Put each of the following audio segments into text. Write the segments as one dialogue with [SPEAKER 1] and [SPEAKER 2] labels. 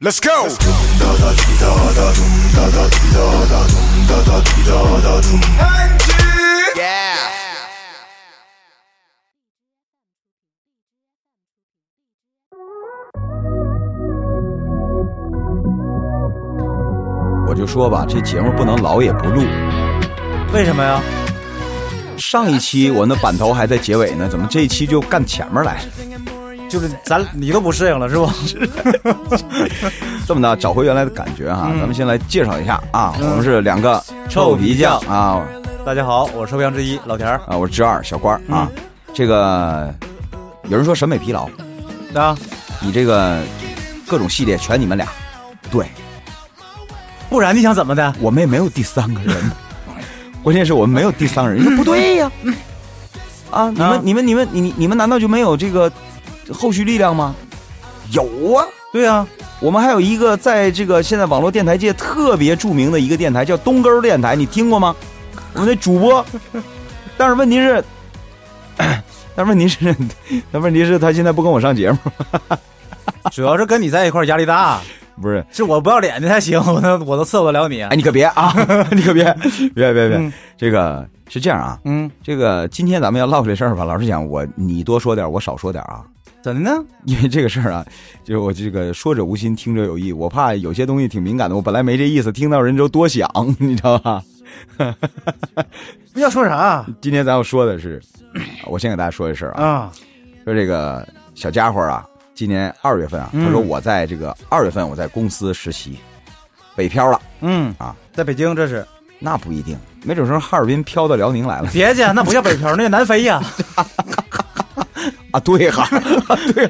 [SPEAKER 1] Let's go. Yeah.
[SPEAKER 2] “我就说吧，这节目不能老也不录。
[SPEAKER 3] 为什么呀？
[SPEAKER 2] 上一期我那板头还在结尾呢，怎么这一期就干前面来了？
[SPEAKER 3] 就是咱你都不 适应了是吧？
[SPEAKER 2] 这么的，找回原来的感觉哈。
[SPEAKER 3] 嗯
[SPEAKER 2] 咱们先来介绍一下啊，我们是两个
[SPEAKER 3] 臭
[SPEAKER 2] 皮
[SPEAKER 3] 皮匠
[SPEAKER 2] 匠啊
[SPEAKER 3] 大家好，我是欧阳之一老田儿
[SPEAKER 2] 啊，我是之二小官儿啊。
[SPEAKER 3] 嗯
[SPEAKER 2] 这个有人说审美疲劳，
[SPEAKER 3] 啊，
[SPEAKER 2] 你这个各种系列全你们俩，对
[SPEAKER 3] 不然你想怎么的？
[SPEAKER 2] 我们也没有第三个人， 关键是我们没有第三个人，你说不对呀、啊，你们、
[SPEAKER 3] 啊
[SPEAKER 2] 你们你们你你你们难道就没有这个后续力量吗？有啊，
[SPEAKER 3] 对呀、啊，
[SPEAKER 2] 我们还有一个在这个现在网络电台界特别著名的一个电台叫东沟电台，你听过吗？我们那主播，但是问题是， 但问题是， 但问题是他现在不跟我上节目，
[SPEAKER 3] 主要是跟你在一块儿压力大，
[SPEAKER 2] 不是？
[SPEAKER 3] 是我不要脸的才行， 我能我都伺候得了你。
[SPEAKER 2] 哎，你可别啊， 你可别，别别别，
[SPEAKER 3] 嗯
[SPEAKER 2] 这个是这样啊，
[SPEAKER 3] 嗯，
[SPEAKER 2] 这个今天咱们要唠这事儿吧，老实讲，我你多说点，我少说点啊，
[SPEAKER 3] 怎的呢？
[SPEAKER 2] 因为这个事儿啊，就是我这个说者无心，听者有意，我怕有些东西挺敏感的，我本来没这意思，听到人就多想， 你知道吧？
[SPEAKER 3] 要说啥
[SPEAKER 2] 今天咱要说的是， 我先给大家说一事儿啊，
[SPEAKER 3] 啊？
[SPEAKER 2] 说这个小家伙啊，今年二月份啊，他说
[SPEAKER 3] 嗯
[SPEAKER 2] 我在这个二月份我在公司实习，北漂了，
[SPEAKER 3] 嗯
[SPEAKER 2] 啊，
[SPEAKER 3] 在北京 这是
[SPEAKER 2] 那不一定，没准从哈尔滨飘到辽宁来了。
[SPEAKER 3] 别介，那不叫北漂，那叫南非呀、
[SPEAKER 2] 啊，对哈，对，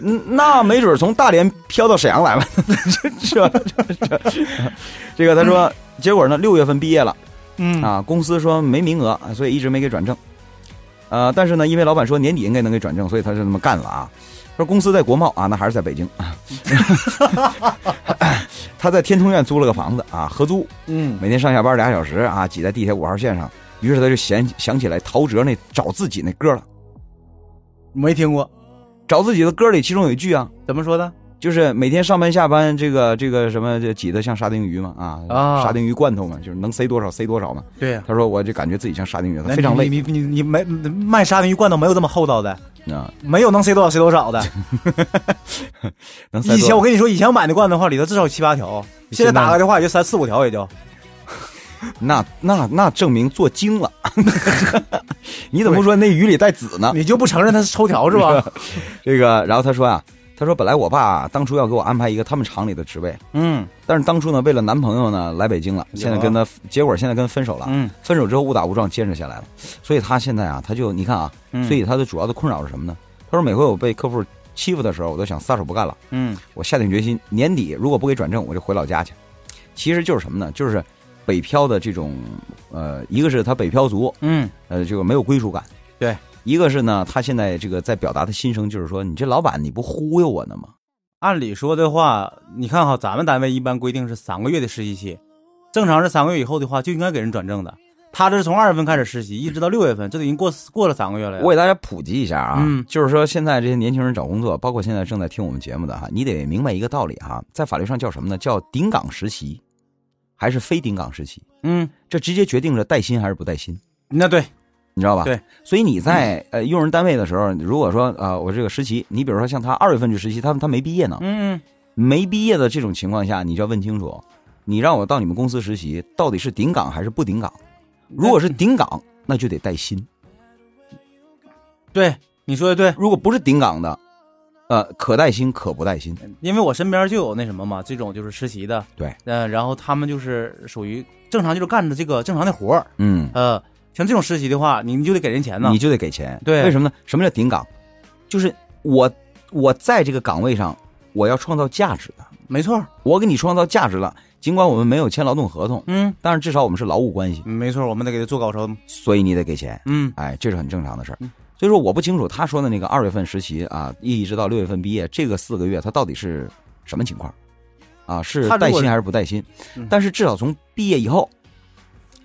[SPEAKER 2] 嗯那没准儿从大连飘到沈阳来了， 这这这这，这个他说，结果呢，六月份毕业了
[SPEAKER 3] 嗯
[SPEAKER 2] 啊，公司说没名额，所以一直没给转正。呃，但是呢，因为老板说年底应该能给转正，所以他就这么干了啊。说公司在国贸啊，那还是在北京 啊。他在天通苑租了个房子啊，合租，
[SPEAKER 3] 嗯
[SPEAKER 2] 每天上下班俩小时啊，挤在地铁五号线上。于是他就想想起来陶喆那找自己那歌了。
[SPEAKER 3] 没听过，
[SPEAKER 2] 找自己的歌里，其中有一句啊，
[SPEAKER 3] 怎么说的？
[SPEAKER 2] 就是每天上班下班，这个这个什么，这挤得像沙丁鱼嘛，啊，
[SPEAKER 3] 啊
[SPEAKER 2] 沙丁鱼罐头嘛，就是能塞多少塞多少嘛。
[SPEAKER 3] 对呀、
[SPEAKER 2] 他说我就感觉自己像沙丁鱼，他非常累
[SPEAKER 3] 你你你你没卖沙丁鱼罐头没有这么厚道的，
[SPEAKER 2] 啊，
[SPEAKER 3] 没有能塞多少塞 多少的。
[SPEAKER 2] 能塞
[SPEAKER 3] 以前
[SPEAKER 2] 多少。
[SPEAKER 3] 我跟你说，以前我买那罐头的话，里头至少有七八条，现在打个电话也就三四五条，也就
[SPEAKER 2] 那那那证明做精了。 你怎么不说那鱼里带籽呢？
[SPEAKER 3] 你就不承认它是抽条是吧？
[SPEAKER 2] 这个，然后他说啊，他说本来我爸当初要给我安排一个他们厂里的职位，
[SPEAKER 3] 嗯
[SPEAKER 2] 但是当初呢，为了男朋友呢来北京了，现在跟他结果现在跟分手了，
[SPEAKER 3] 嗯
[SPEAKER 2] 分手之后误打误撞坚持下来了，所以他现在啊，他就你看啊，
[SPEAKER 3] 嗯
[SPEAKER 2] 所以他的主要的困扰是什么呢？他说每回我被客户欺负的时候，我都想撒手不干了。
[SPEAKER 3] 嗯
[SPEAKER 2] 我下定决心，年底如果不给转正，我就回老家去。其实就是什么呢？就是北漂的这种，呃，一个是他北漂族，
[SPEAKER 3] 嗯，
[SPEAKER 2] 呃，这个没有归属感；
[SPEAKER 3] 对，
[SPEAKER 2] 一个是呢，他现在这个在表达的心声就是说，你这老板你不忽悠我呢吗？
[SPEAKER 3] 按理说的话，你看哈，咱们单位一般规定是三个月的实习期，正常是三个月以后的话就应该给人转正的。他这是从二月份开始实习，一直到六月份，这都已经过过了三个月了呀。
[SPEAKER 2] 我给大家普及一下啊，
[SPEAKER 3] 啊嗯
[SPEAKER 2] 就是说现在这些年轻人找工作，包括现在正在听我们节目的哈，你得明白一个道理哈，在法律上叫什么呢？叫顶岗实习，还是非顶岗实习？
[SPEAKER 3] 嗯，
[SPEAKER 2] 这直接决定着带薪还是不带薪，
[SPEAKER 3] 那对，
[SPEAKER 2] 你知道吧？
[SPEAKER 3] 对，
[SPEAKER 2] 所以你在呃用人单位的时候，如果说啊、呃我这个实习，你比如说像他二月份去实习，他他没毕业呢，
[SPEAKER 3] 嗯
[SPEAKER 2] 没毕业的这种情况下，你就要问清楚，你让我到你们公司实习，到底是顶岗还是不顶岗？如果是顶岗，那就得带薪；
[SPEAKER 3] 对，你说的对，
[SPEAKER 2] 如果不是顶岗的，呃，可带薪可不带薪。
[SPEAKER 3] 因为我身边就有那什么嘛，这种就是实习的，
[SPEAKER 2] 对，
[SPEAKER 3] 嗯、然后他们就是属于正常，就是干着这个正常的活儿，
[SPEAKER 2] 嗯，
[SPEAKER 3] 呃，像这种实习的话，你你就得给人钱呢
[SPEAKER 2] 你，就得给钱。
[SPEAKER 3] 对
[SPEAKER 2] 为什么呢？什么叫顶岗？就是我我在这个岗位上，我要创造价值的。
[SPEAKER 3] 没错儿，
[SPEAKER 2] 我给你创造价值了，尽管我们没有签劳动合同，
[SPEAKER 3] 嗯，
[SPEAKER 2] 但是至少我们是劳务关系，
[SPEAKER 3] 没错儿，我们得给他做稿酬，
[SPEAKER 2] 所以你得给钱。
[SPEAKER 3] 嗯
[SPEAKER 2] 哎，这是很正常的事儿。所以说，我不清楚他说的那个二月份实习啊，一直到六月份毕业，这个四个月他到底是什么情况啊？是
[SPEAKER 3] 他如
[SPEAKER 2] 带
[SPEAKER 3] 果
[SPEAKER 2] 薪还是不带薪
[SPEAKER 3] 嗯？
[SPEAKER 2] 但是至少从毕业以后，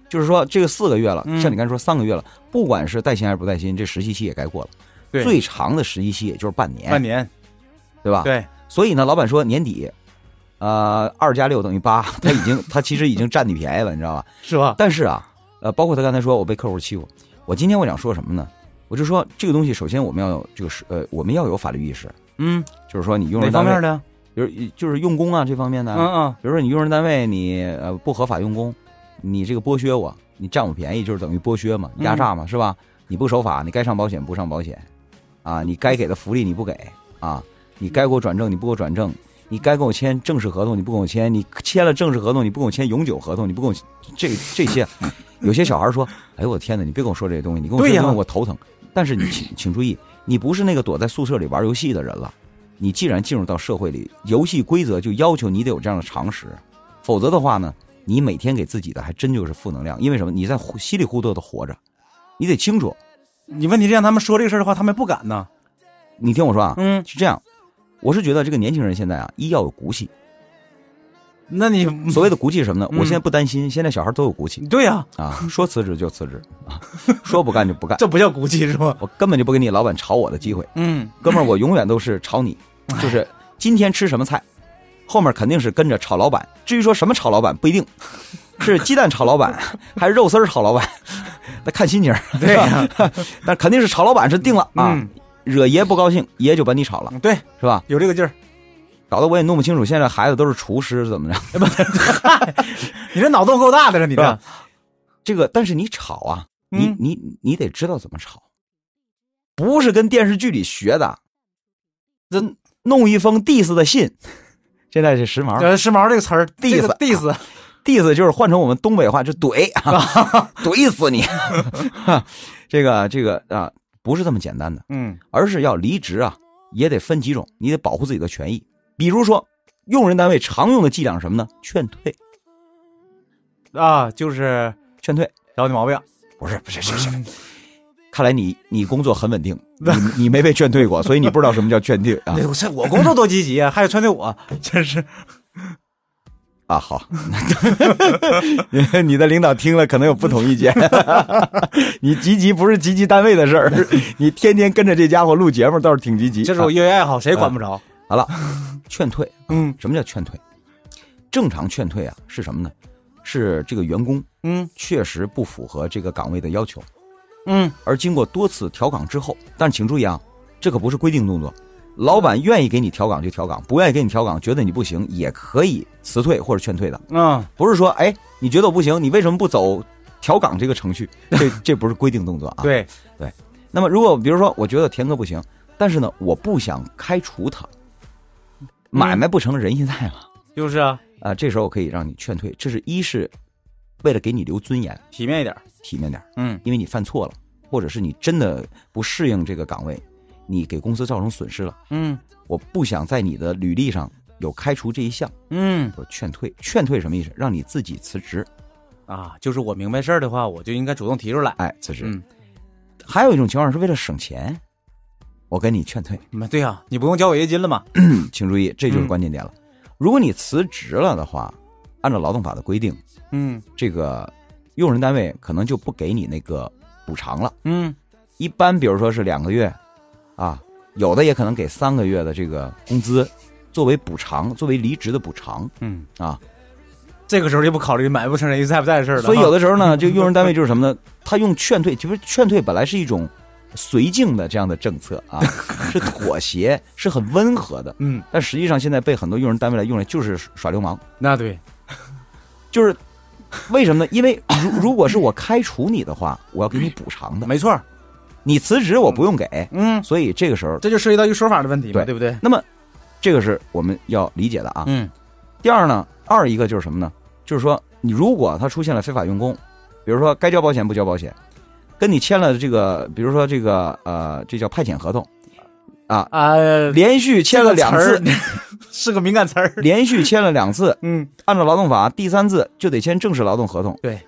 [SPEAKER 2] 就是说这个四个月了，
[SPEAKER 3] 嗯
[SPEAKER 2] 像你刚才说三个月了，不管是带薪还是不带薪，这实习期也该过了。
[SPEAKER 3] 对
[SPEAKER 2] 最长的实习期也就是半年。
[SPEAKER 3] 半年，
[SPEAKER 2] 对吧？
[SPEAKER 3] 对，
[SPEAKER 2] 所以呢，老板说年底，呃，二加六等于八， 他已经他其实已经占你便宜了，你知道吧？
[SPEAKER 3] 是吧？
[SPEAKER 2] 但是啊，呃，包括他刚才说我被客户欺负，我今天我想说什么呢？我就说这个东西，首先我们要有这个是呃，我们要有法律意识，
[SPEAKER 3] 嗯，
[SPEAKER 2] 就是说你用
[SPEAKER 3] 哪
[SPEAKER 2] 人
[SPEAKER 3] 方
[SPEAKER 2] 单位
[SPEAKER 3] 面，的？
[SPEAKER 2] 比如就是用工啊这方面的，
[SPEAKER 3] 嗯嗯，
[SPEAKER 2] 比如说你用人单位你呃不合法用工，你这个剥削我，你占我便宜就是等于剥削嘛，
[SPEAKER 3] 嗯
[SPEAKER 2] 压榨嘛，是吧？你不守法，你该上保险不上保险，啊，你该给的福利你不给啊，你该给我转正你不给我转正，你该跟我签正式合同你不跟我签，你签了正式合同你不跟我签永久合同，你不跟我这这些，有些小孩说，哎呦我天哪，你别跟我说这些东西，你跟我说
[SPEAKER 3] 对
[SPEAKER 2] 这
[SPEAKER 3] 呀
[SPEAKER 2] 些东西我头疼。但是你请请注意，你不是那个躲在宿舍里玩游戏的人了。你既然进入到社会里，游戏规则就要求你得有这样的常识，否则的话呢，你每天给自己的还真就是负能量。因为什么？你在胡稀里糊涂的活着，你得清楚。
[SPEAKER 3] 嗯你问题是让他们说这个事儿的话，他们不敢呢。
[SPEAKER 2] 你听我说啊，
[SPEAKER 3] 嗯，
[SPEAKER 2] 是这样，我是觉得这个年轻人现在啊，一要有骨气。
[SPEAKER 3] 那你
[SPEAKER 2] 所谓的骨气是什么呢？
[SPEAKER 3] 嗯
[SPEAKER 2] 我现在不担心，现在小孩都有骨气
[SPEAKER 3] 对呀、
[SPEAKER 2] 啊，说辞职就辞职啊，说不干就不干，
[SPEAKER 3] 这不叫骨气是吧？
[SPEAKER 2] 我根本就不给你老板炒我的机会。
[SPEAKER 3] 嗯，
[SPEAKER 2] 哥们儿，我永远都是炒你，就是今天吃什么菜，后面肯定是跟着炒老板。至于说什么炒老板不一 定，是鸡蛋炒老板还是肉丝儿炒 老板，那看心情儿。
[SPEAKER 3] 对呀、
[SPEAKER 2] 但肯定是炒老板是定了啊，
[SPEAKER 3] 嗯
[SPEAKER 2] 惹爷不高兴，爷就把你炒了，
[SPEAKER 3] 对，
[SPEAKER 2] 是吧？
[SPEAKER 3] 有这个劲儿。
[SPEAKER 2] 搞得我也弄不清楚，现在孩子都是厨师怎么着？
[SPEAKER 3] 你这脑洞够大的了，你
[SPEAKER 2] 是吧
[SPEAKER 3] 这。
[SPEAKER 2] 这个，但是你炒啊，你、
[SPEAKER 3] 嗯
[SPEAKER 2] 你你得知道怎么炒，不是跟电视剧里学的，这弄一封 diss 的信，现在这时髦。
[SPEAKER 3] 呃，时髦这个词儿
[SPEAKER 2] 意
[SPEAKER 3] ，diss
[SPEAKER 2] 思
[SPEAKER 3] diss，
[SPEAKER 2] diss 就是换成我们东北话，就怼，啊怼死你！ 这个这个啊，不是这么简单的，
[SPEAKER 3] 嗯
[SPEAKER 2] 而是要离职啊，也得分几种，你得保护自己的权益。比如说，用人单位常用的伎俩是什么呢？劝退，
[SPEAKER 3] 啊，就是
[SPEAKER 2] 劝退，
[SPEAKER 3] 找你毛病。
[SPEAKER 2] 不是不是是是。看来你你工作很稳定，你你没被劝退 过，所以你不知道什么叫劝退啊
[SPEAKER 3] 哎我这我工作多积极啊，还有劝退 我，真是
[SPEAKER 2] 啊！好， 你你的领导听了可能有不同意见。 你积极不是积极单位的事儿，你天天跟着这家伙录节目倒是挺积极。
[SPEAKER 3] 这是我
[SPEAKER 2] 啊
[SPEAKER 3] 业余爱好，谁管不着。
[SPEAKER 2] 好了，劝退。啊
[SPEAKER 3] 嗯
[SPEAKER 2] 什么叫劝退？正常劝退啊是什么呢？是这个员工
[SPEAKER 3] 嗯
[SPEAKER 2] 确实不符合这个岗位的要求，
[SPEAKER 3] 嗯，
[SPEAKER 2] 而经过多次调岗之后，但是请注意啊，这可不是规定动作。老板愿意给你调岗就调岗，不愿意给你调岗，觉得你不行也可以辞退或者劝退的，
[SPEAKER 3] 嗯，
[SPEAKER 2] 不是说哎你觉得我不行，你为什么不走调岗这个程序？这这不是规定动作啊。。
[SPEAKER 3] 对，
[SPEAKER 2] 那么如果比如说我觉得田哥不行，但是呢我不想开除他，买卖不成仁义在嘛
[SPEAKER 3] 就是啊，
[SPEAKER 2] 啊、这时候我可以让你劝退，这是一是为了给你留尊严，
[SPEAKER 3] 体面一点。
[SPEAKER 2] 体面点儿。
[SPEAKER 3] 嗯
[SPEAKER 2] 因为你犯错了，或者是你真的不适应这个岗位，你给公司造成损失了，
[SPEAKER 3] 嗯
[SPEAKER 2] 我不想在你的履历上有开除这一项，
[SPEAKER 3] 嗯
[SPEAKER 2] 我劝退。劝退什么意思？让你自己辞职，
[SPEAKER 3] 啊，就是我明白事儿的话，我就应该主动提出来。
[SPEAKER 2] 哎，辞职。
[SPEAKER 3] 嗯
[SPEAKER 2] 还有一种情况是为了省钱，我跟你劝退。
[SPEAKER 3] 嗯，对呀、你不用交违约金了嘛？
[SPEAKER 2] 嗯请注意，这就是关键点了。如果你辞职了的话，按照劳动法的规定，
[SPEAKER 3] 嗯
[SPEAKER 2] 这个用人单位可能就不给你那个补偿了。
[SPEAKER 3] 嗯，
[SPEAKER 2] 一般比如说是两个月，啊，有的也可能给三个月的这个工资作为补偿，作为离职的补偿
[SPEAKER 3] 嗯
[SPEAKER 2] 啊。
[SPEAKER 3] 这个时候就不考虑买不成仁义在不在的事儿了。
[SPEAKER 2] 所以有
[SPEAKER 3] 的
[SPEAKER 2] 的时候呢，就用人单位就是什么呢？他用劝退，其实劝退本来是一种绥靖的这样的政策啊，是妥协，是很温和的。
[SPEAKER 3] 嗯，
[SPEAKER 2] 但实际上现在被很多用人单位来用来就是耍流氓，
[SPEAKER 3] 那对，
[SPEAKER 2] 就是为什么呢？因为如如果是我开除你的话，我要给你补偿的，
[SPEAKER 3] 没错儿。
[SPEAKER 2] 你辞职我不用给，
[SPEAKER 3] 嗯，
[SPEAKER 2] 所以这个时候
[SPEAKER 3] 这就涉及到一个说法的问题嘛，
[SPEAKER 2] 对
[SPEAKER 3] 对不对？
[SPEAKER 2] 那么这个是我们要理解的啊。
[SPEAKER 3] 嗯
[SPEAKER 2] 第二呢，二一个就是什么呢？就是说，你如果他出现了非法用工，比如说该交保险不交保险，跟你签了这个，比如说这个呃，这叫派遣合同，
[SPEAKER 3] 啊，
[SPEAKER 2] 连续签了两次，
[SPEAKER 3] 是个敏感词儿。
[SPEAKER 2] 连续签了两次，
[SPEAKER 3] 嗯，
[SPEAKER 2] 按照劳动法第三次就得签正式劳动合同。
[SPEAKER 3] 对。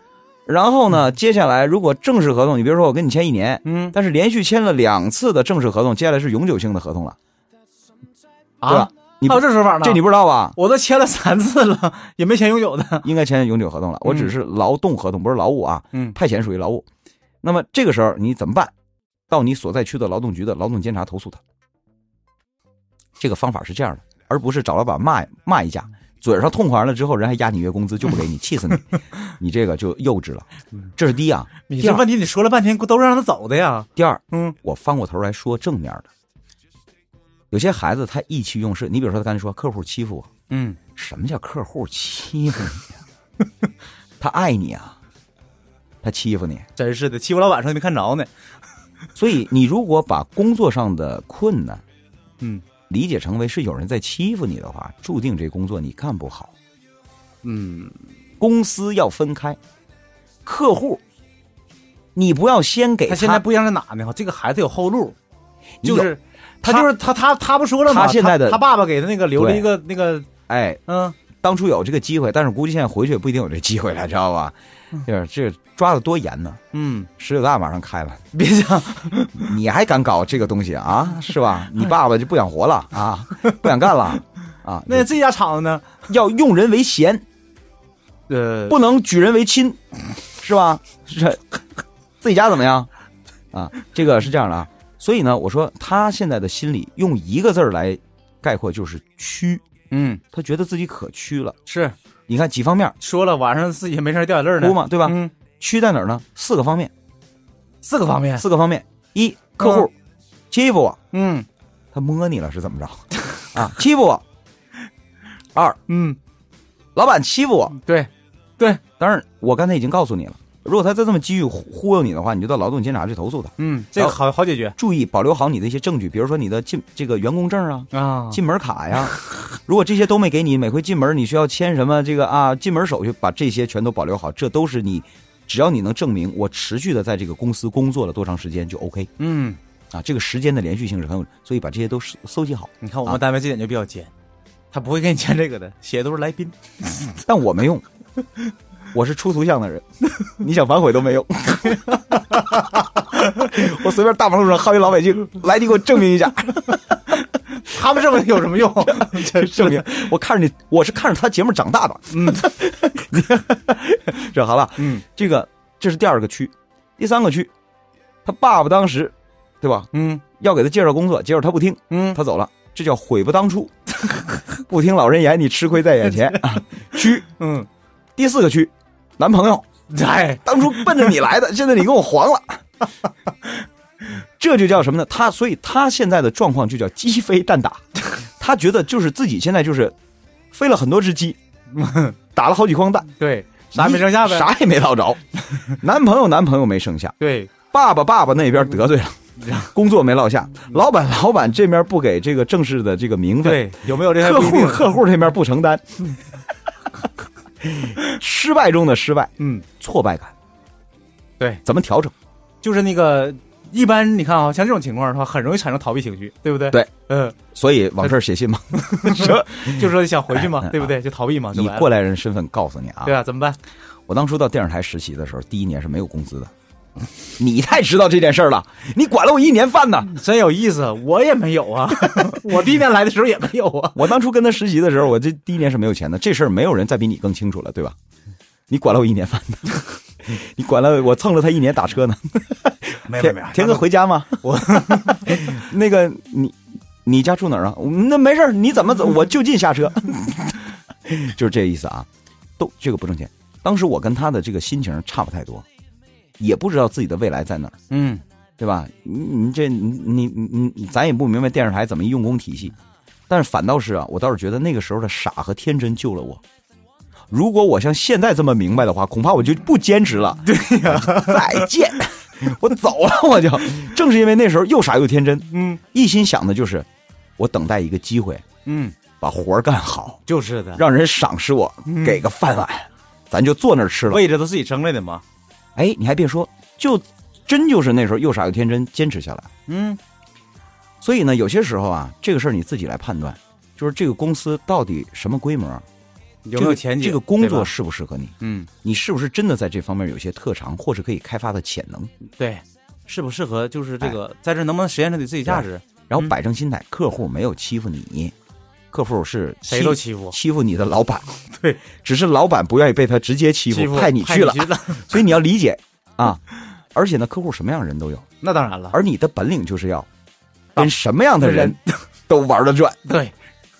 [SPEAKER 2] 然后呢，接下来如果正式合同，你比如说我跟你签一年，
[SPEAKER 3] 嗯，
[SPEAKER 2] 但是连续签了两次的正式合同，接下来是永久性的合同了，对吧
[SPEAKER 3] 啊，？
[SPEAKER 2] 你
[SPEAKER 3] 还有这说法呢？
[SPEAKER 2] 这你不知道吧？
[SPEAKER 3] 我都签了三次了，也没签永久的。
[SPEAKER 2] 应该签永久合同了，我只是劳动合同，不是劳务啊。
[SPEAKER 3] 嗯
[SPEAKER 2] 派遣属于劳务。那么这个时候你怎么办？到你所在区的劳动局的劳动监察投诉他。这个方法是这样的，而不是找老板骂骂一架，嘴上痛快了之后，人还压你月工资就不给你，气死你， 你这个就幼稚了。这是第一啊，
[SPEAKER 3] 你
[SPEAKER 2] 第
[SPEAKER 3] 这
[SPEAKER 2] 二
[SPEAKER 3] 问题你说了半天，都是让他走的呀。
[SPEAKER 2] 第二，
[SPEAKER 3] 嗯，
[SPEAKER 2] 我翻过头来说正面的，有些孩子他意气用事，你比如说他刚才说客户欺负我，
[SPEAKER 3] 嗯，
[SPEAKER 2] 什么叫客户欺负你、啊？ 他爱你啊，他欺负你。
[SPEAKER 3] 真是的，欺负老板上没看着呢。
[SPEAKER 2] 所以你如果把工作上的困难
[SPEAKER 3] 嗯
[SPEAKER 2] 理解成为是有人在欺负你的话，注定这工作你干不好。
[SPEAKER 3] 嗯，
[SPEAKER 2] 公司要分开，客户，你不要先给
[SPEAKER 3] 他现在不一样在哪呢？这个孩子有后路，
[SPEAKER 2] 你有
[SPEAKER 3] 就是
[SPEAKER 2] 他
[SPEAKER 3] 他就是他他他不说了吗？
[SPEAKER 2] 他现在的
[SPEAKER 3] 他爸爸给他那个留了一个那个
[SPEAKER 2] 哎，
[SPEAKER 3] 嗯
[SPEAKER 2] 当初有这个机会，但是估计现在回去也不一定有这机会了，知道吧？就是这抓的多严呢。
[SPEAKER 3] 嗯，
[SPEAKER 2] 十九大马上开 了，
[SPEAKER 3] 别讲
[SPEAKER 2] 你还敢搞这个东西啊？是吧？你爸爸就不想活了 啊，不想干了啊。
[SPEAKER 3] 那这家厂子呢？
[SPEAKER 2] 要用人为贤，
[SPEAKER 3] 呃，
[SPEAKER 2] 不能举人为亲，是吧？是 自己家怎么样啊？这个是这样的啊。所以呢，我说他现在的心理用一个字儿来概括就是屈，
[SPEAKER 3] 嗯，
[SPEAKER 2] 他觉得自己可屈了。
[SPEAKER 3] 是
[SPEAKER 2] 你看几方面
[SPEAKER 3] 说了晚上自己没事儿掉眼泪儿呢，
[SPEAKER 2] 哭嘛，对吧？
[SPEAKER 3] 嗯，
[SPEAKER 2] 屈在哪儿呢？四个方面，
[SPEAKER 3] 四个方面，
[SPEAKER 2] 四个方面。一，客户欺负我，
[SPEAKER 3] 嗯
[SPEAKER 2] 他摸你了是怎么着？ 啊，欺负我。二，
[SPEAKER 3] 嗯，
[SPEAKER 2] 老板欺负我，
[SPEAKER 3] 对，
[SPEAKER 2] 当然我刚才已经告诉你了，如果他再这么继续忽忽悠你的话，你就到劳动监察去投诉他。
[SPEAKER 3] 嗯，这个好好解决
[SPEAKER 2] 注意保留好你的一些证据，比如说你的进这个员工证啊、
[SPEAKER 3] 啊
[SPEAKER 2] 进门卡呀， 如果这些都没给你，每回进门你需要签什么这个啊进门手续，把这些全都保留好，这都是你，只要你能证明我持续的在这个公司工作了多长时间就 OK
[SPEAKER 3] 嗯，
[SPEAKER 2] 啊，这个时间的连续性是很有，所以把这些都搜搜集好。
[SPEAKER 3] 你看我
[SPEAKER 2] 啊
[SPEAKER 3] 们单位这点就比较尖，他不会给你签这个的，写的都是来宾，
[SPEAKER 2] 但我没用，我是出图像的人， 你想反悔都没用。 我随便大马路上薅一老百姓，来，你给我证明一下，
[SPEAKER 3] 他们这么有什么用？真
[SPEAKER 2] 证明我看着你，我是看着他节目长大的。嗯， 这好了，
[SPEAKER 3] 嗯
[SPEAKER 2] 这个这是第二个区，第三个区，他爸爸当时，对吧？
[SPEAKER 3] 嗯
[SPEAKER 2] 要给他介绍工作，结果他不听，
[SPEAKER 3] 嗯，
[SPEAKER 2] 他走了，这叫悔不当初， 不听老人言，你吃亏在眼前。 啊区
[SPEAKER 3] 嗯，
[SPEAKER 2] 第四个区，男朋友。
[SPEAKER 3] 哎，
[SPEAKER 2] 当初奔着你来 的，现在你给我黄了，这就叫什么呢？他所以他现在的状况就叫鸡飞蛋打，他觉得就是自己现在就是飞了很多只 鸡，打了好几筐蛋，
[SPEAKER 3] 对，啥也没剩下呗，
[SPEAKER 2] 啥也没捞着，男朋友男朋友没剩下，
[SPEAKER 3] 对，
[SPEAKER 2] 爸爸爸爸那边得罪了。 工作没落下，老板老板这边不给这个正式的这个名分，
[SPEAKER 3] 对，有没有这还
[SPEAKER 2] 客
[SPEAKER 3] 不一
[SPEAKER 2] 户
[SPEAKER 3] 定
[SPEAKER 2] 客户这边不承 担，失败中的失败，
[SPEAKER 3] 嗯，
[SPEAKER 2] 挫败感，
[SPEAKER 3] 对，
[SPEAKER 2] 怎么调整？
[SPEAKER 3] 就是那个。一般你看啊，像这种情况的话，很容易产生逃避情绪，对不对？
[SPEAKER 2] 对，
[SPEAKER 3] 嗯，
[SPEAKER 2] 所以往这儿写信 嘛，
[SPEAKER 3] 就说想回去嘛
[SPEAKER 2] 哎，
[SPEAKER 3] 对不对？就逃避嘛，就
[SPEAKER 2] 以
[SPEAKER 3] 完了
[SPEAKER 2] 过来人身份告诉你啊
[SPEAKER 3] 对，啊，怎么办？
[SPEAKER 2] 我当初到电视台实习的时候，第一年是没有工资的。 你太知道这件事儿了，你管了我一年饭呢。
[SPEAKER 3] 真有意思，我也没有 啊，我第一年来的时候也没有啊。
[SPEAKER 2] 我当初跟他实习的时候，我这第一年是没有钱的，这事儿没有人再比你更清楚了，对吧？你管了我一年饭呢， 你管了我蹭了他一年打车呢。
[SPEAKER 3] 没
[SPEAKER 2] 田田哥回家吗？ 我那个你你家住哪儿啊？那没事儿，你怎么 走？我就近下车，就是这意思啊。都这个不挣钱。当时我跟他的这个心情差不太多，也不知道自己的未来在哪儿，
[SPEAKER 3] 嗯，
[SPEAKER 2] 对吧？你你这你你你你，咱也不明白电视台怎么一用工体系，但是反倒是啊，我倒是觉得那个时候的傻和天真救了我。如果我像现在这么明白的话，恐怕我就不坚持了。对呀、 再见，我走了，我就。正是因为那时候又傻又天真，
[SPEAKER 3] 嗯
[SPEAKER 2] 一心想的就是我等待一个机会，
[SPEAKER 3] 嗯，
[SPEAKER 2] 把活儿干好，
[SPEAKER 3] 就是的，
[SPEAKER 2] 让人赏识我，
[SPEAKER 3] 嗯
[SPEAKER 2] 给个饭碗，咱就坐那儿吃了。
[SPEAKER 3] 位置都自己争来的嘛。
[SPEAKER 2] 哎，你还别说，就真就是那时候又傻又天真，坚持下来。
[SPEAKER 3] 嗯
[SPEAKER 2] 所以呢，有些时候啊，这个事儿你自己来判断，就是这个公司到底什么规模，
[SPEAKER 3] 有没有前景？
[SPEAKER 2] 这个工
[SPEAKER 3] 对
[SPEAKER 2] 作
[SPEAKER 3] 吧
[SPEAKER 2] 适不适合你，
[SPEAKER 3] 嗯，
[SPEAKER 2] 你是不是真的在这方面有些特长，或是可以开发的潜能？
[SPEAKER 3] 对，哎适不适合就是这个，在这能不能实现出你自己价值？
[SPEAKER 2] 然后
[SPEAKER 3] 嗯
[SPEAKER 2] 摆正心态，客户没有欺负你，客户是
[SPEAKER 3] 谁都欺负，
[SPEAKER 2] 欺负你的老板，
[SPEAKER 3] 嗯 对，
[SPEAKER 2] 只是老板不愿意被他直接欺
[SPEAKER 3] 欺
[SPEAKER 2] 负，
[SPEAKER 3] 负
[SPEAKER 2] 派
[SPEAKER 3] 你
[SPEAKER 2] 你去了，
[SPEAKER 3] 了。嗯
[SPEAKER 2] 所以你要理解啊。而且呢，客户什么样的人都有，
[SPEAKER 3] 那当然了，
[SPEAKER 2] 而你的本领就是要跟什么样的人都玩得转，
[SPEAKER 3] 对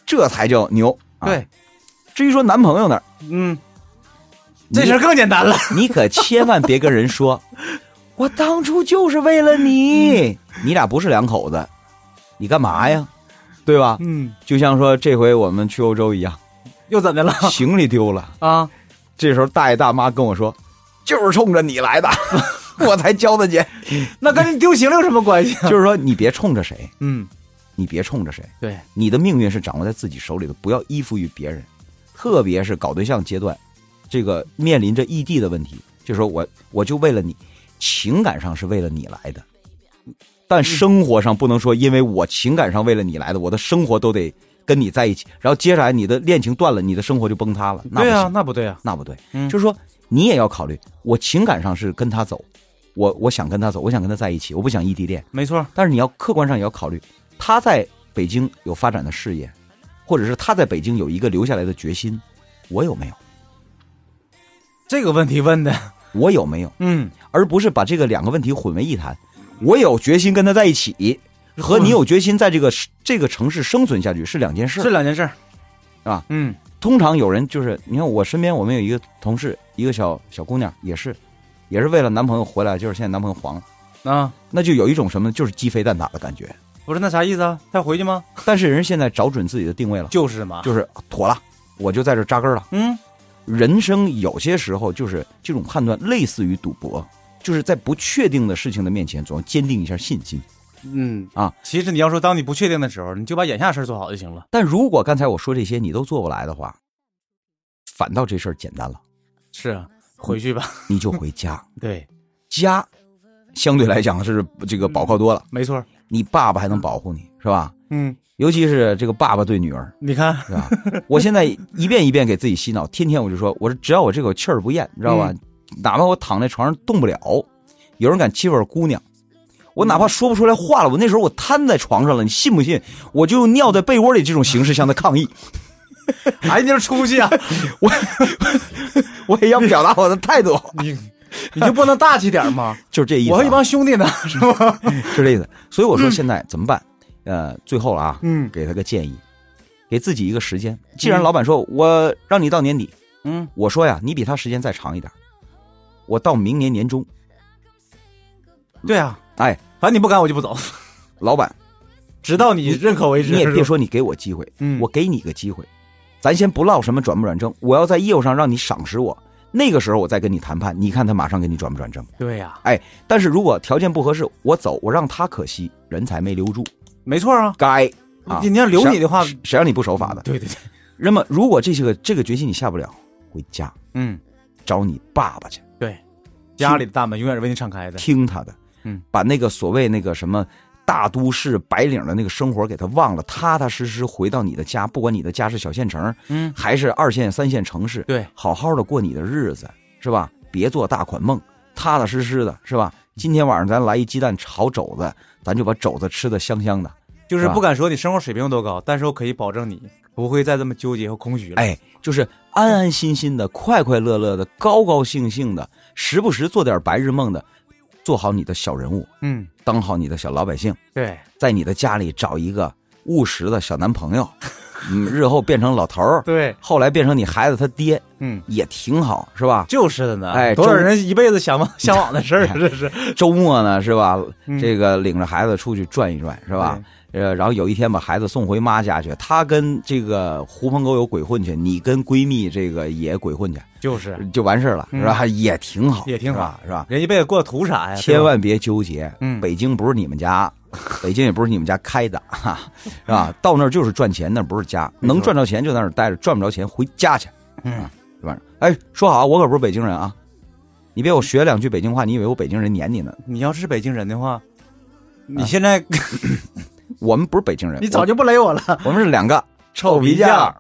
[SPEAKER 2] 这才叫牛。啊，
[SPEAKER 3] 对，
[SPEAKER 2] 至于说男朋友那儿，
[SPEAKER 3] 嗯，这事儿更简单了。
[SPEAKER 2] 你可千万别跟人说，我当初就是为了你，你俩不是两口子，你干嘛呀？对吧？
[SPEAKER 3] 嗯，
[SPEAKER 2] 就像说这回我们去欧洲一样，
[SPEAKER 3] 又怎的了
[SPEAKER 2] 行李丢了，
[SPEAKER 3] 啊？
[SPEAKER 2] 这时候大爷大妈跟我说，就是冲着你来的， 我才交的钱。
[SPEAKER 3] 那跟丢行李有什么关系啊？
[SPEAKER 2] 就是说你别冲着谁，
[SPEAKER 3] 嗯，
[SPEAKER 2] 你别冲着谁，
[SPEAKER 3] 对，
[SPEAKER 2] 你的命运是掌握在自己手里的，不要依附于别人。特别是搞对象阶段，这个面临着异地的问题，就说我我就为了你，情感上是为了你来的，但生活上不能说因为我情感上为了你来的，我的生活都得跟你在一起，然后接下来你的恋情断了，你的生活就崩塌了，那不
[SPEAKER 3] 对
[SPEAKER 2] 行，
[SPEAKER 3] 啊，那不对啊。
[SPEAKER 2] 那不对，
[SPEAKER 3] 嗯
[SPEAKER 2] 就是说你也要考虑，我情感上是跟他走，我我想跟他走，我想跟他在一起，我不想异地恋。
[SPEAKER 3] 没错，
[SPEAKER 2] 但是你要客观上也要考虑，他在北京有发展的事业，或者是他在北京有一个留下来的决心，我有没有？
[SPEAKER 3] 这个问题问的，
[SPEAKER 2] 我有没有？
[SPEAKER 3] 嗯，
[SPEAKER 2] 而不是把这个两个问题混为一谈。我有决心跟他在一起，和你有决心在这个这个城市生存下去是两件事
[SPEAKER 3] 是
[SPEAKER 2] 儿。
[SPEAKER 3] 两件事儿
[SPEAKER 2] 啊。
[SPEAKER 3] 嗯，
[SPEAKER 2] 通常有人就是，你看我身边我们有一个同事，一个小小姑娘也是，也是为了男朋友回来，就是现在男朋友黄了，
[SPEAKER 3] 啊，
[SPEAKER 2] 那就有一种什么呢，就是鸡飞蛋打的感觉。
[SPEAKER 3] 不是那啥意思啊？他要回去吗？
[SPEAKER 2] 但是人现在找准自己的定位了，
[SPEAKER 3] 就是嘛，
[SPEAKER 2] 就是妥了，我就在这扎根了。
[SPEAKER 3] 嗯，
[SPEAKER 2] 人生有些时候就是这种判断，类似于赌博，就是在不确定的事情的面前，总要坚定一下信心。
[SPEAKER 3] 嗯
[SPEAKER 2] 啊，
[SPEAKER 3] 其实你要说，当你不确定的时候，你就把眼下事儿做好就行了。
[SPEAKER 2] 但如果刚才我说这些你都做不来的话，反倒这事儿简单了，
[SPEAKER 3] 是啊，回去吧。
[SPEAKER 2] 你就回家。
[SPEAKER 3] 对，
[SPEAKER 2] 家相对来讲是这个保靠多了，
[SPEAKER 3] 没错。
[SPEAKER 2] 你爸爸还能保护你，是吧？
[SPEAKER 3] 嗯，
[SPEAKER 2] 尤其是这个爸爸对女儿，
[SPEAKER 3] 你看，
[SPEAKER 2] 是吧？ 我现在一遍一遍给自己洗脑，天天我就说，我说只要我这口气儿不咽，你知道吧？
[SPEAKER 3] 嗯
[SPEAKER 2] 哪怕我躺在床上动不了，有人敢欺负我姑娘，我哪怕说不出来话了，我那时候我瘫在床上了，你信不信？我就尿在被窝里这种形式向他抗议，
[SPEAKER 3] 哎，你这出 息啊，
[SPEAKER 2] 我也要表达我的态度，
[SPEAKER 3] 你你就不能大气点吗？
[SPEAKER 2] 就是这意思、
[SPEAKER 3] 我
[SPEAKER 2] 啊。
[SPEAKER 3] 和一帮兄弟呢，是吧？
[SPEAKER 2] 就是这意思。所以我说现在怎么办？呃，最后了啊，
[SPEAKER 3] 嗯
[SPEAKER 2] 给他个建议，给自己一个时间。既然老板说我让你到年底，
[SPEAKER 3] 嗯，
[SPEAKER 2] 我说呀，你比他时间再长一点，我到明年年中，
[SPEAKER 3] 对啊，
[SPEAKER 2] 哎，
[SPEAKER 3] 反正你不干，我就不走，
[SPEAKER 2] 老板。
[SPEAKER 3] 直到你认可为止。
[SPEAKER 2] 你也
[SPEAKER 3] 是吧
[SPEAKER 2] 别，说你给我机会，
[SPEAKER 3] 嗯，
[SPEAKER 2] 我给你个机会，咱先不唠什么转不转正，我要在业务上让你赏识我，那个时候我再跟你谈判，你看他马上给你转不转正。
[SPEAKER 3] 对啊呀，
[SPEAKER 2] 但是如果条件不合适，我走，我让他可惜，人才没留住，
[SPEAKER 3] 没错啊。
[SPEAKER 2] 该啊，
[SPEAKER 3] 你你要留你的话嗯
[SPEAKER 2] 谁谁让你不守法的？
[SPEAKER 3] 对对对，
[SPEAKER 2] 那么如果这些个这个决心你下不了，回家
[SPEAKER 3] 嗯，
[SPEAKER 2] 找你爸爸去，
[SPEAKER 3] 对，家里的大门永远是为你敞开的。
[SPEAKER 2] 听他的，
[SPEAKER 3] 嗯，
[SPEAKER 2] 把那个所谓那个什么。大都市白领的那个生活给他忘了，踏踏实实回到你的家，不管你的家是小县城，
[SPEAKER 3] 嗯，
[SPEAKER 2] 还是二线、三线城市，
[SPEAKER 3] 对，
[SPEAKER 2] 好好的过你的日子，是吧？别做大款梦，踏踏实实的，是吧？今天晚上咱来一鸡蛋炒肘子，咱就把肘子吃的香香的。
[SPEAKER 3] 就是
[SPEAKER 2] 是吧
[SPEAKER 3] 不敢说你生活水平有多高，但是我可以保证你不会再这么纠结和空虚了。
[SPEAKER 2] 哎，就是安安心心的、快快乐乐的、高高兴兴的，时不时做点白日梦的，做好你的小人物，
[SPEAKER 3] 嗯，
[SPEAKER 2] 当好你的小老百姓，
[SPEAKER 3] 对，
[SPEAKER 2] 在你的家里找一个务实的小男朋友， 嗯，日后变成老头儿，
[SPEAKER 3] 对，
[SPEAKER 2] 后来变成你孩子他爹
[SPEAKER 3] 嗯。
[SPEAKER 2] 也挺好，是吧？
[SPEAKER 3] 就是的呢，
[SPEAKER 2] 哎
[SPEAKER 3] 多少
[SPEAKER 2] 周
[SPEAKER 3] 人一辈子向往向往的事儿，这是
[SPEAKER 2] 周末呢，是吧？
[SPEAKER 3] 嗯
[SPEAKER 2] 这个领着孩子出去转一转，是
[SPEAKER 3] 是
[SPEAKER 2] 吧？？呃，然后有一天把孩子送回妈家去，她跟这个狐朋狗友鬼混去，你跟闺蜜这个也鬼混去，
[SPEAKER 3] 对就是
[SPEAKER 2] 就完事儿了，是吧？也挺好，
[SPEAKER 3] 嗯也挺
[SPEAKER 2] 是
[SPEAKER 3] 好哎
[SPEAKER 2] 吧，是吧？
[SPEAKER 3] 人一辈子过得图啥呀？
[SPEAKER 2] 千万别纠结，
[SPEAKER 3] 嗯
[SPEAKER 2] 北京不是你们 家，北京也不是你们家开的， 哈，是吧？到那儿就是赚钱，那不是家，
[SPEAKER 3] 嗯没错
[SPEAKER 2] 能赚着钱就在那儿待着，赚不着钱回家去，
[SPEAKER 3] 嗯
[SPEAKER 2] 啊，对吧？哎，说好啊，我可不是北京人啊，你别我学两句北京话，你以为我北京人撵你呢？
[SPEAKER 3] 对吧，你要是北京人的话，你现在
[SPEAKER 2] 我们不是北京人，
[SPEAKER 3] 你早就不勒我了，
[SPEAKER 2] 我们是两个臭
[SPEAKER 3] 皮
[SPEAKER 2] 皮
[SPEAKER 3] 匠
[SPEAKER 2] 匠，